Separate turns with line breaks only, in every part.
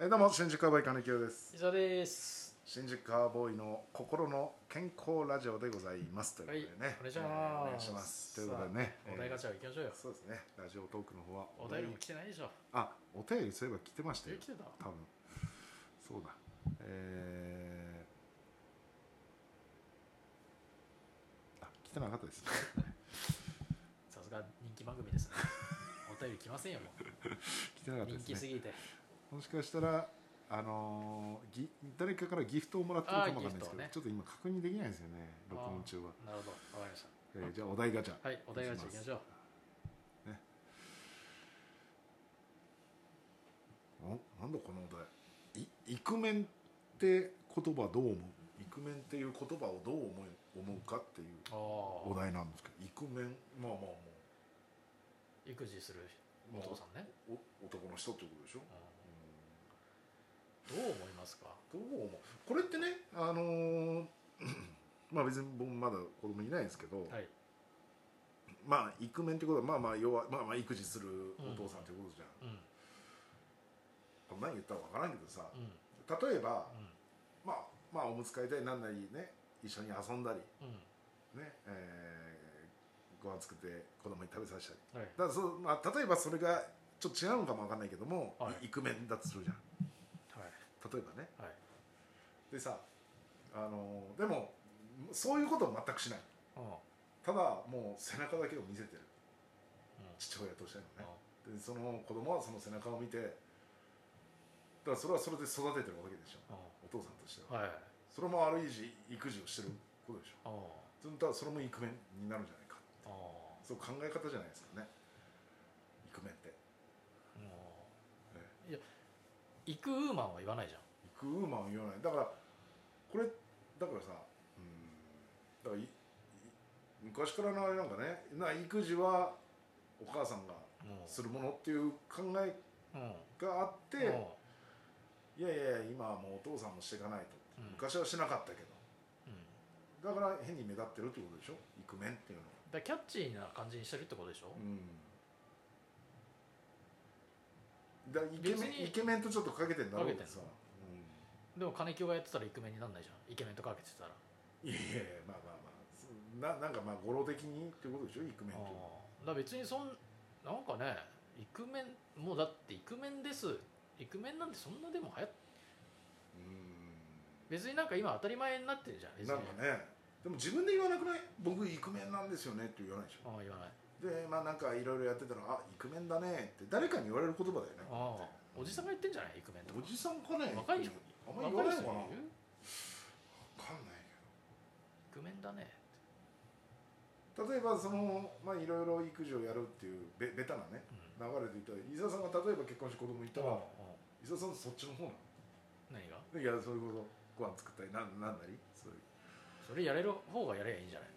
えーどうも新宿カーボーイ金城です
以上です
新宿カーボーイの心の健康ラジオでございますということでね、
はいお願いします
えーお願いしますということでね
お題ガチ
え
ャ行きましょうよ
ー、そうですねラジオトークの方は
お題も来てないでしょ
あお便りそういえば来てました
え
よ
来てた
多分そうだえー、あ来てなかったですね
さすが人気番組ですねお便り来ませんよもう
来てなかった
人
です
気
ね
すぎて
もしかしたらあのーぎ誰かからギフトをもらってるかもわかんないですけど、
あーギフトね
ちょっと今確認できないんですよね録音中は、
なるほどわかりまし
えーじゃあお題ガチャ
たはいお題ガチャ行きましょう
おなんだこのお題いイクメンって言葉どう思うイクメンっていう言葉をどう思い思うかっていう
お
お題なんですけどイクメンまあまあま
ー育児する
あ
お父さんね、
お男の人ってことでしょ、
う
うん
んどう思いますか
どう思うこれってねあのー まあ別に僕まだ子供いないんですけど、
はい
まあイクメンってことはまあまあ要はまあまあ育児するお父さんってことじゃん、
うんうん
こんなん言ったらわからんけどさ例えば、まあまあおむつ替えたりなんなりね一緒に遊んだり
うん
ねえーご飯作って子供に食べさせたり
うんはい
だからそう、まあ、例えばそれがちょっと違うのかもわかんないけども、
はい
イクメンだとするじゃん
はい
例えばね
はい
でさあのーでもそういうことは全くしない
うんうん
ただもう背中だけを見せてる父親としてのねでその子供はその背中を見てだからそれはそれで育ててるわけでしょ
う
お父さんとしては
んはい
それもある意味育児をしてることでしょそ
うん
れだからそれもイクメンになるんじゃないか
う
そう考え方じゃないですかねイクメンって
んうんいや行くウーマンは言わないじゃん
イクウーマンを言わないだからこれだからさうんだからいい昔からのあれなんかねな育児はお母さんが
もう
するものっていう考え
うん
があって
うん
いやいやいや今はもうお父さんもしていかないと
うん
昔はしなかったけど
うん
だから変に目立ってるってことでしょイクメンっていうのは
だからキャッチーな感じにしてるってことでしょ、
うんだイケ
別
メン
に
イケメンとちょっとかけてんだろうけどさ
か、でも金清がやってたらイクメンになんないじゃんイケメンとかけてたら
うん、いやいやいやまあまあまあそうななんかまあ語呂的にってことでしょイクメンっ
あ
ていうのは
ーだから別にそんなんかねイクメンもうだってイクメンですイクメンなんてそんなでもはや別になんか今当たり前になってるじゃん
う
別
ん
に
なんかねでも自分で言わなくない僕イクメンなんですよねって言わないでし
ああ言わない
ょでまあなんかいろいろやってたらあイクメンだねって誰かに言われる言葉だよね
ああおじさんが言ってんじゃないイクメンと
お
か
じさんかね
若い人
あんまり言わないのかな
若
わ
人いる
かんない
イクメンだね
けど例えばそのまあいろいろ育児をやるっていうベベタなね
うん
流れで言ったら伊沢さんが例えば結婚して子供いた
う
ら
ん
伊沢さんそっちの方な
何が
のいやそういうことご飯作ったりなんなんなりそういう
それやれる方がやればいいんじゃない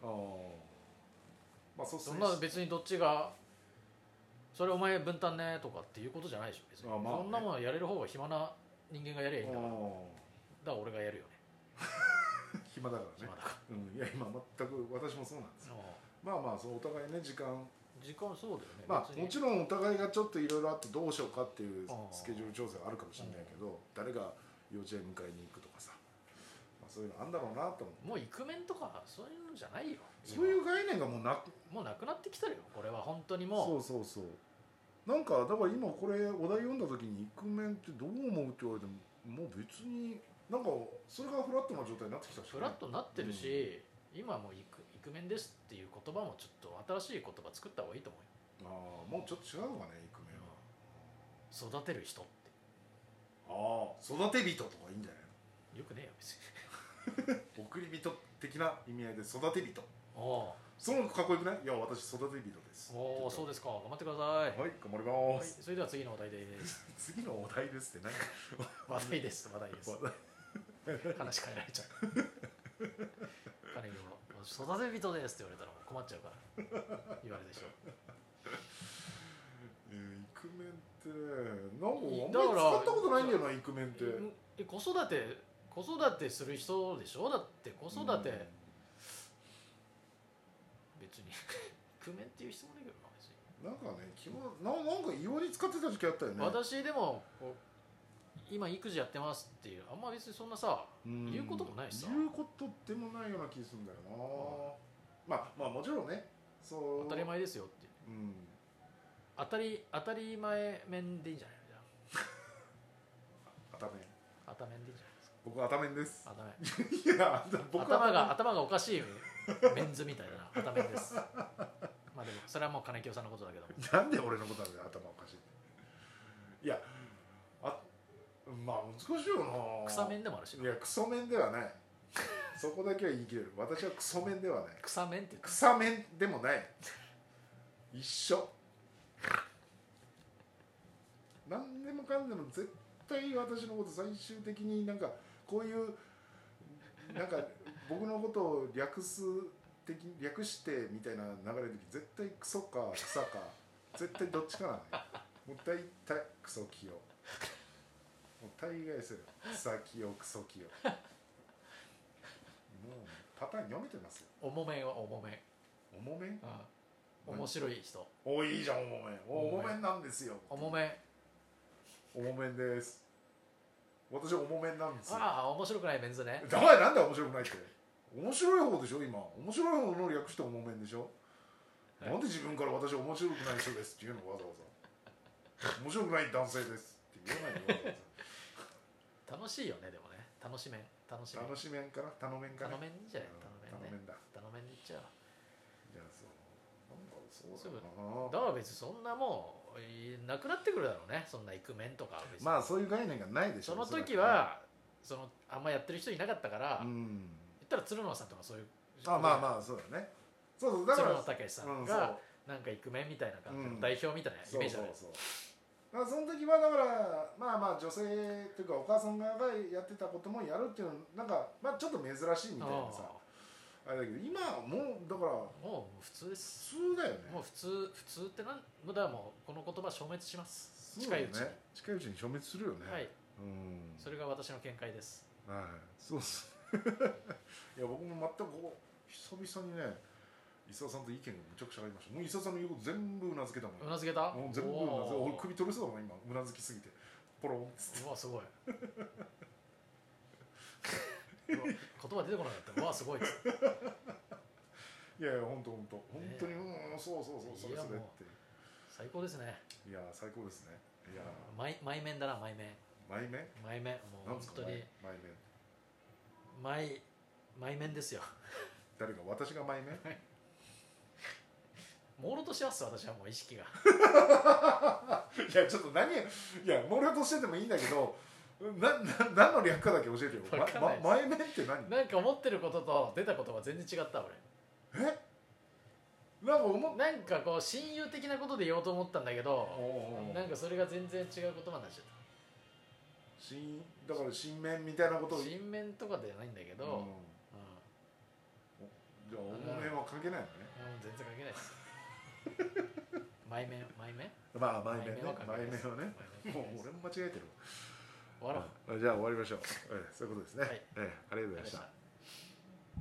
ああまあそうっす
そ
ね
んな別にどっちがそれお前分担ねとかっていうことじゃないでしょ別に、
あまあね
そんなもんやれる方が暇な人間がやりゃいいんだ
あ
か
あ
らだから俺がやるよね
暇だからね
暇だか
うんいや今全く私もそうなんです
ら、
まあまあそうお互いね時間
時間そうだよね
ま
別
あ
に
もちろんお互いがちょっといろいろあってどうしようかっていう
あー
スケジュール調整はあるかもしれないけど誰が幼稚園迎えに行くとかさ、まあ、そういうのあんだろうなと思う
もうイクメンとかそういうのじゃないよ
そういう概念がもうなく
今もうなくなってきてるよこれは本当にも
そうそうそうなんかだから今これお題読んだ時に「イクメンってどう思う?」って言われてももう別になんかそれがフラットな状態になってきたし、
うフラットになってるし、今もうイクイクメンですっていう言葉もちょっと新しい言葉作った方がいいと思うよ
ああもうちょっと違うわねイクメンは
育てる人っ
ああ育て人とかいいんじゃない
てよくねえよ別に
の送り人的な意味合いで育て人
あ
そのかっこよくないいや私育て人です
あおおそうですか頑張ってください、
はい、頑張りま
はい、
す。
それでは次のお題です。
次のお題ですって何
話題です、話題です。
話題
話変えられちゃう。彼にも育て人ですって言われたらもう困っちゃうから言われるでしょ
えーイクメンって、なん
だ
かあんまり使
から
ったことないんだよな、イクメンって。
うえ子育て子育てする人でしょだって子育て、別に クメンっていう人もいるけどな別
う
に、
んなんかね、気もななんか異様に使ってた時期あったよね。
私でもこう今育児やってますっていうあんま別にそんなさ
うん
言うこともないしさ
言うことでもないような気するんだよな、まあまあもちろんねそう
当たり前ですよっていう
うん
当たり当たり前面でいいんじゃないじゃ
頭面
あ当た面でいいんじゃないですか
僕は頭面です
当た面
いや僕は
頭が頭がおかしいメンズみたいな頭面ですまあでもそれはもう金清さんのことだけども
なんで俺のことなんだよ頭おかしいっていやあまあ難しいよな
草面でもあるし
いやクソ面ではないそこだけは言い切れる私はクソ面ではない
草面って言って
草面でもない一緒何でもかんでも絶対私のこと最終的になんかこういうなんか僕のことを略す的略してみたいな流れの時絶対クソか草か絶対どっちかなのよもう大体クソ清もう大概する草清クソ清もうパターン読めてますよ
重めは重め、
重め
うん、面白い人
おいいじゃん重めお
重め
重めなんですよ
重め
重めです私重めなんですよ
ああ面白くないメンズね
お前なんで面白くないって面白い方でしょ今面白い方の略して重めんでしょ、
はい
なんで自分から私面白くない人ですっていうのわざわざ面白くない男性ですって言わないでわ
楽しいよねでもね楽しめん楽し
ざ
め
わ
ん
ざ楽しめんかな頼めんか
頼
な
めんじゃない
うん
頼め
頼めん
んね
だ
頼めんでいっちゃう
じゃあそうなんだろうそうだ
だ
な
から別にそんなもういなくなってくるだろうねそんなイクメンとかは別に、
まあそういう概念がないでしょ
その時はそのあんまやってる人いなかったから、
う
言
ん
ったら鶴野さんとかそういう
あまあまあそうだねそうそうだか
鶴
ら
野武さん
うんそう
が、なんかイクメンみたいな感じ
うん
の代表みたいなイ
そう
メージ
そ
あ
う
る
そうだからその時はだからまあまあ女性というかお母さん側がやってたこともやるっていうのなんかまあちょっと珍しいみたいなさあれだけど今はもうだから
うんもう普通です
普通だよね
もう普通普通ってなんもうだからもうこの言葉消滅します
そうだ
近
よ
いうちに、
ね近いうちに消滅するよね
はい
うん
それが私の見解です
はいそうっす いや僕も全くこう久々にね磯田さんと意見がむちゃくちゃ合いましたもう磯田さんの言うこと全部うなずけたもん
うなずけた
もう全部うなずけ俺首取れそうだもん今うなずきすぎてポロンっつって
うわすごいうわ言葉出てこなかったうわすごいっつって
いやいや本当本当本当に
ね
うんそうそうそうそれ
いや
それっ
も最高ですね
ていや最高ですねいや
毎毎面だな毎面
前面
毎面
な
もうん
です
本
か
当
前
に
前面
毎毎面ですよ
誰が私が 前面
朦朧とします私はもう意識が
いやちょっと何いや漏れとしててもいいんだけどなな何の略かだけ教えてよ、
わかん
ま
ないです
ま前面って何
なんか思ってることと出たことが全然違った俺
えなんか思っ
なんかこう親友的なことで言おうと思ったんだけど
おー
なんかそれが全然違う言葉になっちゃっ
新だから新面みたいなこと
た
を
新面とかではないんだけど、
う
うんん
じゃあ重めは関係ないのね
うん全然関係ないです 毎面毎面
まあ前面ね
前面は関係
前
ない
面
です
はね
前面
も
は
う
関係ないです
俺も間違えてるわ
終わろ
う
う
んじゃあ終わりましょう、ええそういうことですね、
はい
ええありがとうございました
ありがとうございました